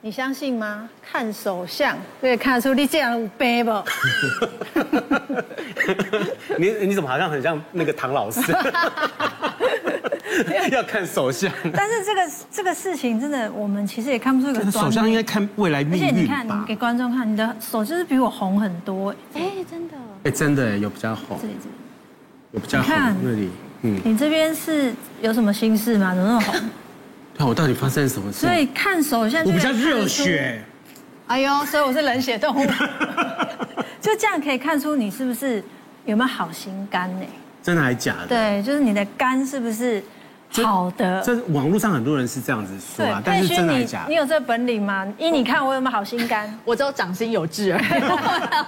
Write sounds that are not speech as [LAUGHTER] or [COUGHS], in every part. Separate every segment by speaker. Speaker 1: 你相信吗？看手相可以看出你这样有病
Speaker 2: [LAUGHS]
Speaker 1: 不？
Speaker 2: 你你怎么好像很像那个唐老师？ [LAUGHS] 要看手相，
Speaker 1: 但是这个这个事情真的，我们其实也看不出一个端
Speaker 2: 手
Speaker 1: 倪
Speaker 2: 相应该看未来
Speaker 1: 而
Speaker 2: 命
Speaker 1: 且你
Speaker 2: 运
Speaker 1: 看，你
Speaker 2: 吧
Speaker 1: 给？观众看，你的手就是比我红很多。
Speaker 3: 哎、真的，
Speaker 1: 哦
Speaker 2: 哎，真的有比较红
Speaker 3: 这，里这里，
Speaker 2: 有比较
Speaker 1: 你
Speaker 2: 红
Speaker 1: 看
Speaker 2: 那里。嗯，
Speaker 1: 你这边是有什么心事吗？怎么那么红？
Speaker 2: 看我到底发生什么事？
Speaker 1: 所以看手相，
Speaker 2: 我比较热。血，
Speaker 1: 哎呦，所以我是冷血动物。就这样可以看出你是不是有没有好心肝呢？
Speaker 2: 真的还假的？
Speaker 1: 对，就是你的肝是不是
Speaker 2: 这
Speaker 1: 好的？
Speaker 2: 这网络上很多人是这样子说
Speaker 1: 对
Speaker 2: 啊，，但
Speaker 1: 佩
Speaker 2: 是真
Speaker 1: 勋，
Speaker 2: 的还
Speaker 1: 你
Speaker 2: 假
Speaker 1: 你
Speaker 2: 的？
Speaker 1: 有这本领吗？依你看我有没有好心肝？
Speaker 3: 我只有掌心有痣而已。 [LAUGHS] 嗯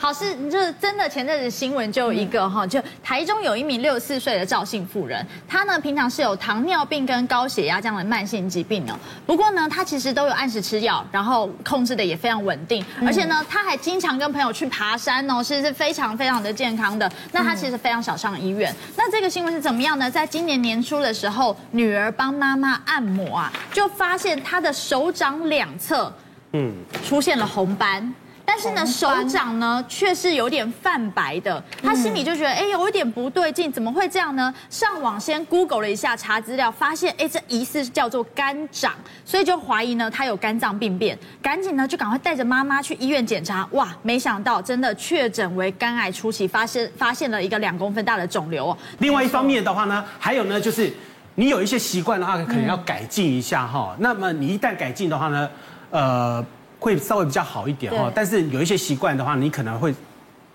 Speaker 3: 好事就是真的，前阵子新闻就有一个哈，就台中有一名六十四岁的赵姓妇人，她呢平常是有糖尿病跟高血压这样的慢性疾病哦。不过呢，她其实都有按时吃药，然后控制的也非常稳定，而且呢，她还经常跟朋友去爬山哦，是是非常非常的健康的。那她其实非常少上医院。那这个新闻是怎么样呢？在今年年初的时候，女儿帮妈妈按摩啊，就发现她的手掌两侧。
Speaker 2: 嗯，
Speaker 3: 出现了红斑。但是呢，手掌呢却是有点泛白的，他心里就觉得哎、有一点不对劲，怎么会这样呢？上网先 Google 了一下，查资料，发现哎、这疑似是叫做肝掌，所以就怀疑呢他有肝脏病变，赶紧呢就赶快带着妈妈去医院检查，哇，没想到真的确诊为肝癌初期，发现发现了一个两公分大的肿瘤哦，
Speaker 2: 另外一方面的话呢，还有呢，就是你有一些习惯的话，可能要改进一下
Speaker 1: 嗯
Speaker 2: 哈。那么你一旦改进的话呢，呃，会稍微比较好一点哈
Speaker 1: 对。
Speaker 2: 但是有一些习惯的话，你可能会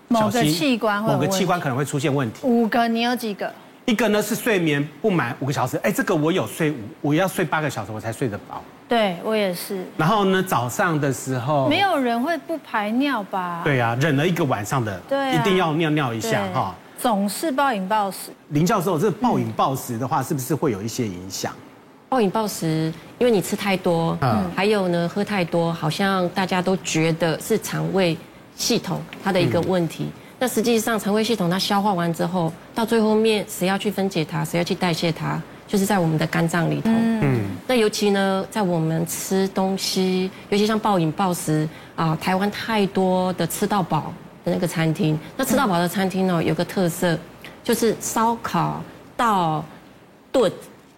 Speaker 1: 某
Speaker 2: 小
Speaker 1: 个
Speaker 2: 心
Speaker 1: 器官会有
Speaker 2: 某个器
Speaker 1: 问
Speaker 2: 官可能会出现问题。
Speaker 1: 五个，你有几个？
Speaker 2: 一个呢是睡眠不满五个小时，哎，这个我有睡五，我要睡八个小时我才睡得饱。
Speaker 1: 对我也是，
Speaker 2: 然后呢，早上的时候
Speaker 1: 没。有人会不排尿吧？
Speaker 2: 对啊，忍了一个晚上的，
Speaker 1: 对啊
Speaker 2: 一定要尿尿一
Speaker 1: 对，
Speaker 2: 下哈。
Speaker 1: 总是暴饮暴食。
Speaker 2: 林教授，这暴饮暴食的话，是不是会有一些影响？
Speaker 4: 暴饮暴食，因为你吃太多，
Speaker 2: 嗯
Speaker 4: 还有呢喝太多，好像大家都觉得是肠胃系统它的一个问题。那实际上肠胃系统它消化完之后，到最后面谁要去分解它，谁要去代谢它，就是在我们的肝脏里头。那尤其呢，在我们吃东西，尤其像暴饮暴食啊，台湾太多的吃到饱的那个餐厅。那吃到饱的餐厅呢、有个特色就是烧烤、到炖，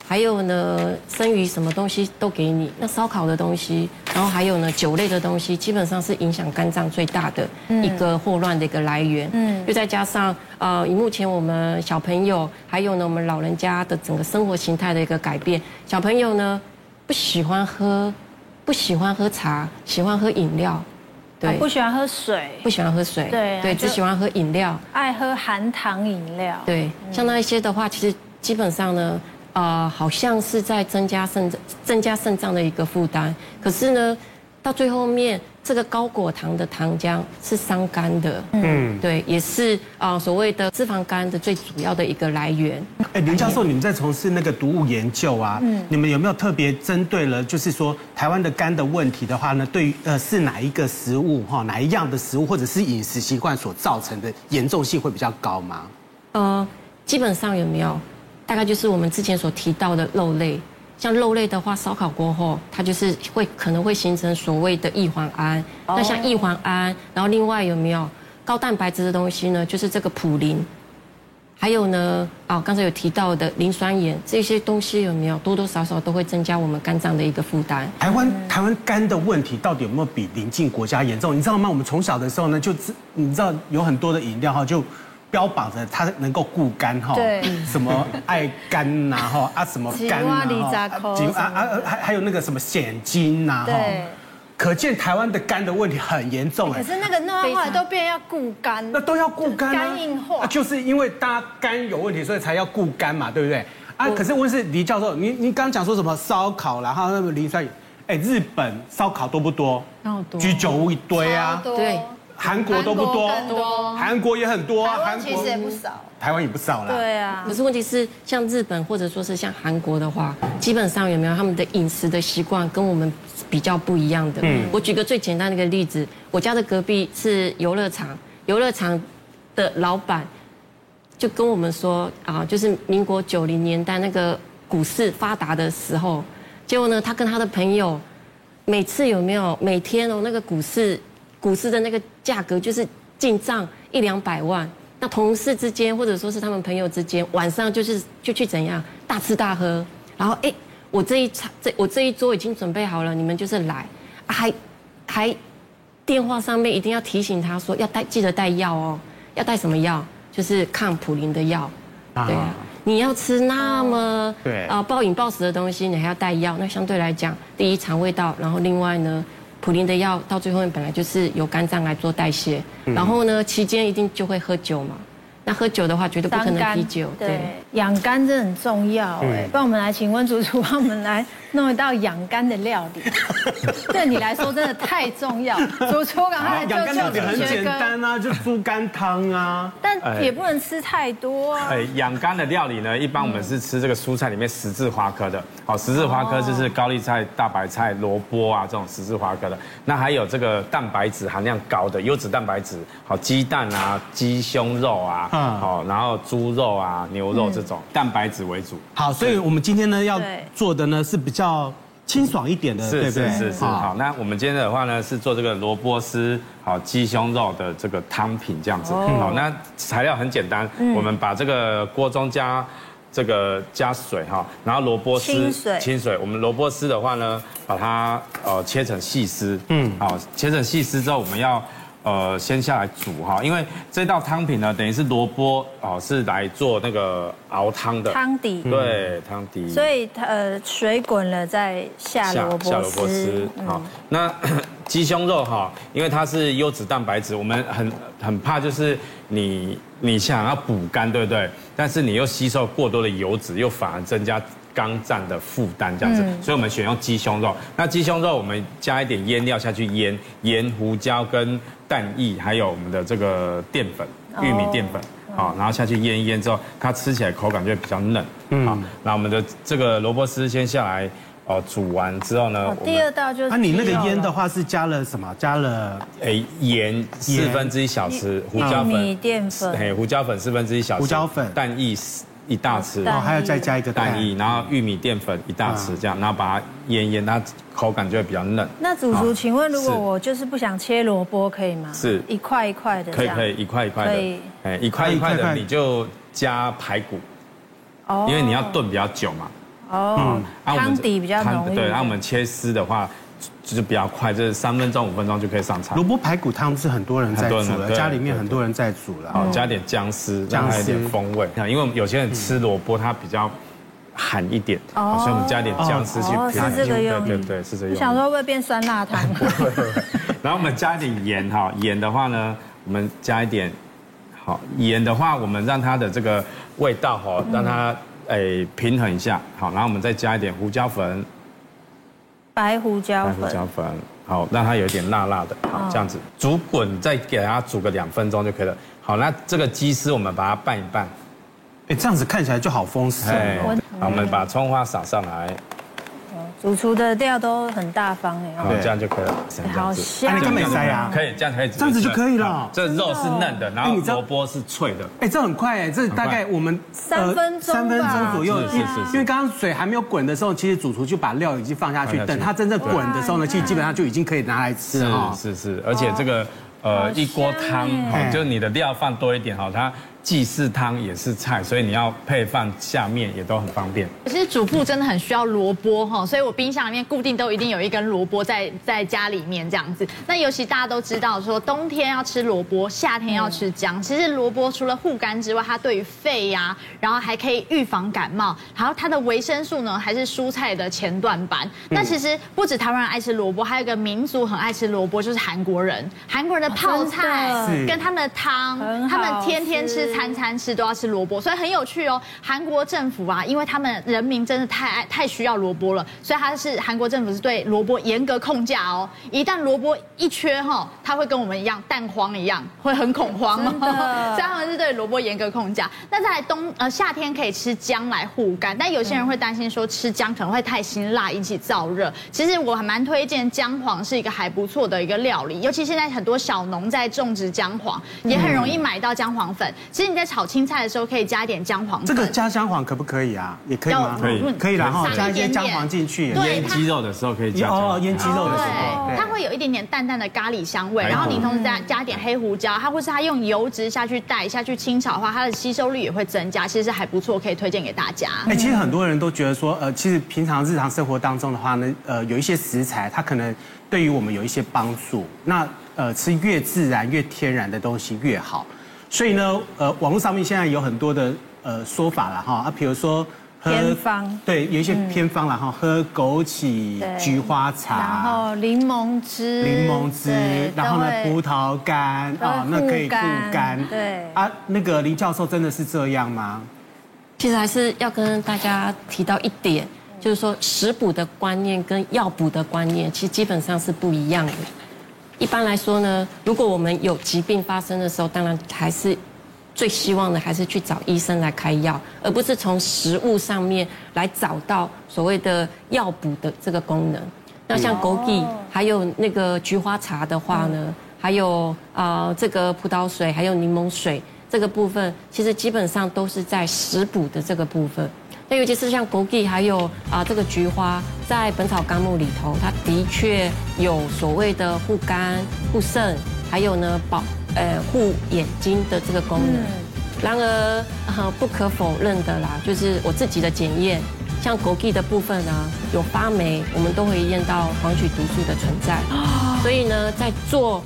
Speaker 4: 还有呢生鱼什么东西都给你。那烧烤的东西，然后还有呢酒类的东西，基本上是影响肝脏最大的
Speaker 1: 嗯
Speaker 4: 一个霍乱的一个来源。嗯，又再加上呃，以目前我们小朋友，还有呢我们老人家的整个生活形态的一个改变，小朋友呢不喜欢喝，不喜欢喝茶，喜欢喝饮料，对，
Speaker 1: 啊不喜欢喝水，
Speaker 4: 不喜欢喝水，
Speaker 1: 对啊
Speaker 4: 对，
Speaker 1: 就
Speaker 4: 只喜欢喝饮料。
Speaker 1: 爱喝含糖饮料。，
Speaker 4: 对，像那一些的话，其实基本上呢，呃，好像是在增加肾增加肾脏的一个负担。可是呢，到最后面，这个高果糖的糖浆是伤肝的，嗯，对，也是啊、呃所谓的脂肪肝的最主要的一个来源。
Speaker 2: 哎，林教授，你们在从事那个毒物研究啊，你们有没有特别针对了，就是说台湾的肝的问题的话呢，对于呃是哪一个食物哈，哪一样的食物或者是饮食习惯所造成的严重性会比较高吗？
Speaker 4: 呃，基本上有没有？大概就是我们之前所提到的肉类，像肉类的话，烧烤过后，它就是会可能会形成所谓的异黄胺。那像异黄胺，然后另外有没有高蛋白质的东西呢？就是这个普林，还有呢，啊、刚才有提到的磷酸盐这些东西有没有多多少少都会增加我们肝脏的一个负担。
Speaker 2: 台湾、台湾肝的问题到底有没有比邻近国家严重？你知道吗？我们从小的时候呢，就知你知道有很多的饮料哈，就标榜着它能够固肝哈，
Speaker 1: 对
Speaker 2: 什么爱肝呐哈啊什么肝
Speaker 1: 吉蛙
Speaker 2: 呐
Speaker 1: 里
Speaker 2: 哈
Speaker 1: 扎口
Speaker 2: 啊吉啊啊啊还还有那个什么险金呐哈
Speaker 1: 对，
Speaker 2: 可见台湾的肝的问题很严重哎
Speaker 1: 可。是那个弄到后来都变要固肝
Speaker 2: 那。都要固肝、啊，
Speaker 1: 肝硬化
Speaker 2: 啊就是因为大家肝有问题，所以才要固肝嘛，对不对？啊，可是问题是李教授，你你刚刚讲说什么烧烤啦，然后那么磷酸盐，哎，日本烧烤多不多？
Speaker 4: 那多
Speaker 2: 居酒屋一堆啊，
Speaker 4: 对
Speaker 2: 韩国多不多？
Speaker 1: 韩国更多
Speaker 2: 韩国也很多啊，韩
Speaker 1: 其
Speaker 2: 国
Speaker 1: 实也不少。
Speaker 2: 台湾也不少啦。
Speaker 1: 对啊
Speaker 4: 可，是问题是，像日本或者说是像韩国的话，基本上有没有他们的饮食的习惯跟我们比较不一样的？我举个最简单的一个例子，我家的隔壁是游乐场，游乐场的老板就跟我们说啊，就是民国九零年代那个股市发达的时候，结果呢，他跟他的朋友每次有没有每天哦，那个股市股市的那个价格就是进账一两百万，那同事之间或者说是他们朋友之间，晚上就是就去怎样大吃大喝，然后哎，我这一场这我这一桌已经准备好了，你们就是来，啊还还电话上面一定要提醒他说要带记得带药哦，要带什么药？就是抗普林的药，
Speaker 2: 啊
Speaker 4: 对啊。你要吃那么
Speaker 2: 对
Speaker 4: 啊暴饮暴食的东西，你还要带药，那相对来讲，第一肠胃道，然后另外呢，普林的药到最后面本来就是由肝脏来做代谢，然后呢期间一定就会喝酒嘛，那喝酒的话绝对不可能啤酒，
Speaker 1: 对，养肝真的很重要哎。帮我们来，请问主厨 [LAUGHS] 帮我们来弄一道养肝的料
Speaker 2: [LAUGHS]
Speaker 1: 理，对你来说真的太重要。主厨赶快来救
Speaker 2: 养肝料
Speaker 1: 救
Speaker 2: 理
Speaker 1: 主
Speaker 2: 很
Speaker 1: 学
Speaker 2: 简
Speaker 1: 哥，
Speaker 2: 单啊，就猪肝汤啊。哎
Speaker 1: 但也不能吃太多啊。
Speaker 5: 呃，养肝的料理呢，一般我们是吃这个蔬菜里面十字花科的，好，十字花科就是高丽菜、大白菜、萝卜啊这种十字花科的。那还有这个蛋白质含量高的优质蛋白质，好，鸡蛋啊、鸡胸肉啊，
Speaker 2: 嗯
Speaker 5: 好，然后猪肉啊、牛肉这种蛋白质为主。
Speaker 2: 好，所以我们今天呢要
Speaker 1: 对
Speaker 2: 做的呢是比较清爽一
Speaker 1: 呃
Speaker 2: 点的，对
Speaker 5: 是
Speaker 2: 不对？
Speaker 5: 是是是，好，那我们今天的话呢是做这个萝卜丝，好鸡胸肉的这个汤品这样子，
Speaker 1: 哦
Speaker 5: 好，那材料很简单，
Speaker 1: 嗯
Speaker 5: 我们把这个锅中加。这个加水哈，然后萝卜丝
Speaker 1: 清水
Speaker 5: 清水，我们萝卜丝的话呢，把它呃切成细丝，嗯，好，切成细丝之后，我们要呃先下来煮哈，因为这道汤品呢，等于是萝卜哦是来做那个熬汤的，
Speaker 1: 汤底，
Speaker 5: 对汤底，
Speaker 1: 所以呃水滚了再下萝卜丝，哦嗯
Speaker 5: 好，那 [COUGHS] 鸡胸肉哈，因为它是优质蛋白质，我们很很怕就是你你想要补肝，对不对？但是你又吸收过多的油脂，又反而增加。肝脏的负担这样子，
Speaker 1: 嗯
Speaker 5: 所以我们选用鸡胸肉。那鸡胸肉我们加一点腌料下去腌，盐、胡椒跟蛋液，还有我们的这个淀粉，玉
Speaker 1: 哦
Speaker 5: 米淀粉。好，然后下去腌一腌之后，它吃起来口感就会比较嫩。嗯，那我们的这个萝卜丝先下来，哦，煮完之后呢
Speaker 1: 哦，
Speaker 5: 我
Speaker 1: 第二
Speaker 5: 们
Speaker 1: 道就是
Speaker 2: 那啊你那个
Speaker 1: 鸡肉
Speaker 2: 腌的
Speaker 1: 了
Speaker 2: 话是加了什么？加了
Speaker 5: 诶盐四分之一小匙，胡椒
Speaker 1: 玉米
Speaker 5: 粉，
Speaker 1: 淀粉，
Speaker 5: 嘿，胡椒粉四分之一小匙，
Speaker 2: 胡椒粉
Speaker 5: 蛋液一大匙，
Speaker 1: 蛋
Speaker 2: 哦，还要再加一个蛋嗯
Speaker 5: 蛋液，然后玉米淀粉一大匙，这样，然后把它腌一腌，它口感就会比较嫩。
Speaker 1: 那主厨，
Speaker 5: 好
Speaker 1: 请问如果
Speaker 5: 是
Speaker 1: 我就是不想切萝卜，可以吗？
Speaker 5: 是
Speaker 1: 一块一块的
Speaker 5: 可
Speaker 1: 这
Speaker 5: 以
Speaker 1: 样。
Speaker 5: 可以，一块一块
Speaker 1: 可以
Speaker 5: 的，哎，一块一块
Speaker 2: 啊一块一块
Speaker 5: 的，你就加排骨，
Speaker 1: 哦
Speaker 5: 因为你要炖比较久嘛。
Speaker 1: 哦，
Speaker 5: 啊我们
Speaker 1: 汤
Speaker 5: 这
Speaker 1: 底比较
Speaker 5: 汤
Speaker 1: 浓郁。
Speaker 5: 对，啊那我们切丝的话就就比较快，就是三分钟五分钟就可以上菜
Speaker 2: 萝。卜排骨汤是很多人在
Speaker 5: 很
Speaker 2: 煮
Speaker 5: 多人
Speaker 2: 了，
Speaker 5: 对
Speaker 2: 家里面很多人在煮了。
Speaker 5: 好，加点姜丝，
Speaker 2: 姜
Speaker 5: 让
Speaker 2: 丝嗯
Speaker 5: 它有点风味。因为我们有些人吃萝卜它比较寒一点，
Speaker 1: 哦
Speaker 5: 所以我们加点姜丝去
Speaker 1: 哦
Speaker 5: 平衡。
Speaker 1: 是这个用意
Speaker 5: 对对对，是这个
Speaker 1: 我
Speaker 5: 用意。
Speaker 1: 想说会不会变酸辣
Speaker 5: [LAUGHS]
Speaker 1: 汤？
Speaker 5: 然后我们加一点盐哈，盐的话呢，我们加一点，好盐的话，我们让它的这个味道哈，让它诶、平衡一下，好，然后我们再加一点胡椒粉，
Speaker 1: 白胡椒
Speaker 5: 白胡椒
Speaker 1: 粉，
Speaker 5: 粉，好，让它有一点辣辣的，好，这样子煮滚，再给它煮个两分钟就可以了。好，那这个鸡丝我们把它拌一拌，
Speaker 2: 哎，这样子看起来就好丰盛
Speaker 5: 哎
Speaker 2: 哦。，
Speaker 5: 好，我们把葱花撒上来，
Speaker 1: 主厨的料都很大方哎
Speaker 5: 好，
Speaker 1: 哦，
Speaker 2: 对
Speaker 5: 这样就可以了，这样
Speaker 1: 好
Speaker 5: 子
Speaker 2: 啊，
Speaker 1: 香哦
Speaker 2: 你。干美塞啊？
Speaker 5: 可以，这样可以，这
Speaker 2: 这样子就可以了哦
Speaker 5: 这肉是嫩的，然后
Speaker 2: 哎你知道
Speaker 5: 萝卜是脆的。
Speaker 2: 哎，这很快哎，这大概我们
Speaker 1: 三分钟吧
Speaker 2: 三分钟左右，
Speaker 5: 是是是是
Speaker 2: 因为刚刚水还没有滚的时候，其实主厨就把料已经放下去
Speaker 5: 放下，去
Speaker 2: 等它真正滚的时候呢，其实基本上就已经可以拿来吃了哦。
Speaker 5: 是是是，而且这个呃一锅
Speaker 1: 香，
Speaker 5: 汤
Speaker 2: 耶
Speaker 5: 哦就是你的料放多一点哈，它既是汤也是菜，所以你要配饭下面也都很方便。
Speaker 3: 可是主妇真的很需要萝卜哈，所以我冰箱里面固定都一定有一根萝卜在在家里面这样子。那尤其大家都知道说，冬天要吃萝卜，夏天要吃
Speaker 2: 嗯
Speaker 3: 姜。其实萝卜除了护肝之外，它对于肺呀、然后还可以预防感冒，然后它的维生素呢还是蔬菜的前段版。
Speaker 2: 嗯
Speaker 3: 那其实不止台湾人爱吃萝卜，还有一个民族很爱吃萝卜，就是韩国人。韩国人的泡菜
Speaker 1: 哦
Speaker 2: 真的
Speaker 3: 跟他们的汤
Speaker 1: 很，
Speaker 3: 他
Speaker 1: 好
Speaker 3: 们天天
Speaker 1: 吃
Speaker 3: 吃餐。餐吃都要吃萝卜，所以很有趣哦。韩国政府啊，因为他们人民真的太爱太需要萝卜了，所以他是韩国政府是对萝卜严格控价哦。一旦萝卜一缺哈，他会跟我们一样蛋荒一样，会很恐慌哦。
Speaker 1: 真的
Speaker 3: [LAUGHS] 所以他们是对萝卜严格控价。那在冬呃夏天可以吃姜来护肝，但有些人会担心说吃姜可能会太辛辣引起燥热。其实我还蛮推荐姜黄是一个还不错的一个料理，尤其现在很多小农在种植姜黄，也很容易买到姜黄粉。其实实你在炒青菜的时候可以加一点姜黄粉，
Speaker 2: 这个加姜黄可不可以啊？也可以吗？
Speaker 5: 可以嗯
Speaker 2: 可以啦哈，
Speaker 3: 撒一
Speaker 2: 加一些
Speaker 3: 点点
Speaker 2: 姜黄进去也可以。
Speaker 3: 对
Speaker 5: 腌
Speaker 3: 它
Speaker 5: 鸡肉的时候可以加
Speaker 2: 哦
Speaker 5: 姜，
Speaker 2: 腌鸡肉的时候，
Speaker 3: 对，它会有一点点淡淡的咖喱香
Speaker 2: 哎
Speaker 3: 味，然后你同时加加一点黑胡椒，它或是它用油脂下去带下去清炒的话，它的吸收率也会增加，其实还不错，可以推荐给大家。
Speaker 1: 嗯
Speaker 2: 哎、其实很多人都觉得说，呃，其实平常日常生活当中的话呢，呃，有一些食材，它可能对于我们有一些帮助。那呃，吃越自然、越天然的东西越好。所以呢，呃，网络上面现在有很多的呃说法了哈，啊，比如说喝
Speaker 1: 偏方嗯
Speaker 2: 对，有一些偏方了哈，喝枸杞、
Speaker 1: 对
Speaker 2: 菊花茶，
Speaker 1: 然
Speaker 5: 啊
Speaker 1: 后柠檬汁，
Speaker 2: 柠檬汁
Speaker 1: 对，
Speaker 2: 然后呢
Speaker 1: 都会
Speaker 2: 葡萄干
Speaker 1: 都会
Speaker 2: 哦，那可以
Speaker 1: 护
Speaker 2: 护
Speaker 1: 肝
Speaker 2: 肝。
Speaker 1: 对
Speaker 2: 啊，那个林教授真的是这样吗？
Speaker 4: 其实还是要跟大家提到一点，就是说食补的观念跟药补的观念，其实基本上是不一样的。一般来说呢，如果我们有疾病发生的时候，当然还是最希望的还是去找医生来开药，而不是从食物上面来找到所谓的药补的这个功能。那像枸杞，还有那个菊花茶的话呢，还有啊、呃这个葡萄水，还有柠檬水这个部分，其实基本上都是在食补的这个部分。那尤其是像枸杞，还有啊、这个菊花，在《本草纲目》里头，它的确有所谓的护肝、护肾，还有呢保呃护眼睛的这个功能。然而、呃不可否认的啦，就是我自己的检验，像枸杞的部分啊，有发霉，我们都会验到黄曲毒素的存在。所以呢，在做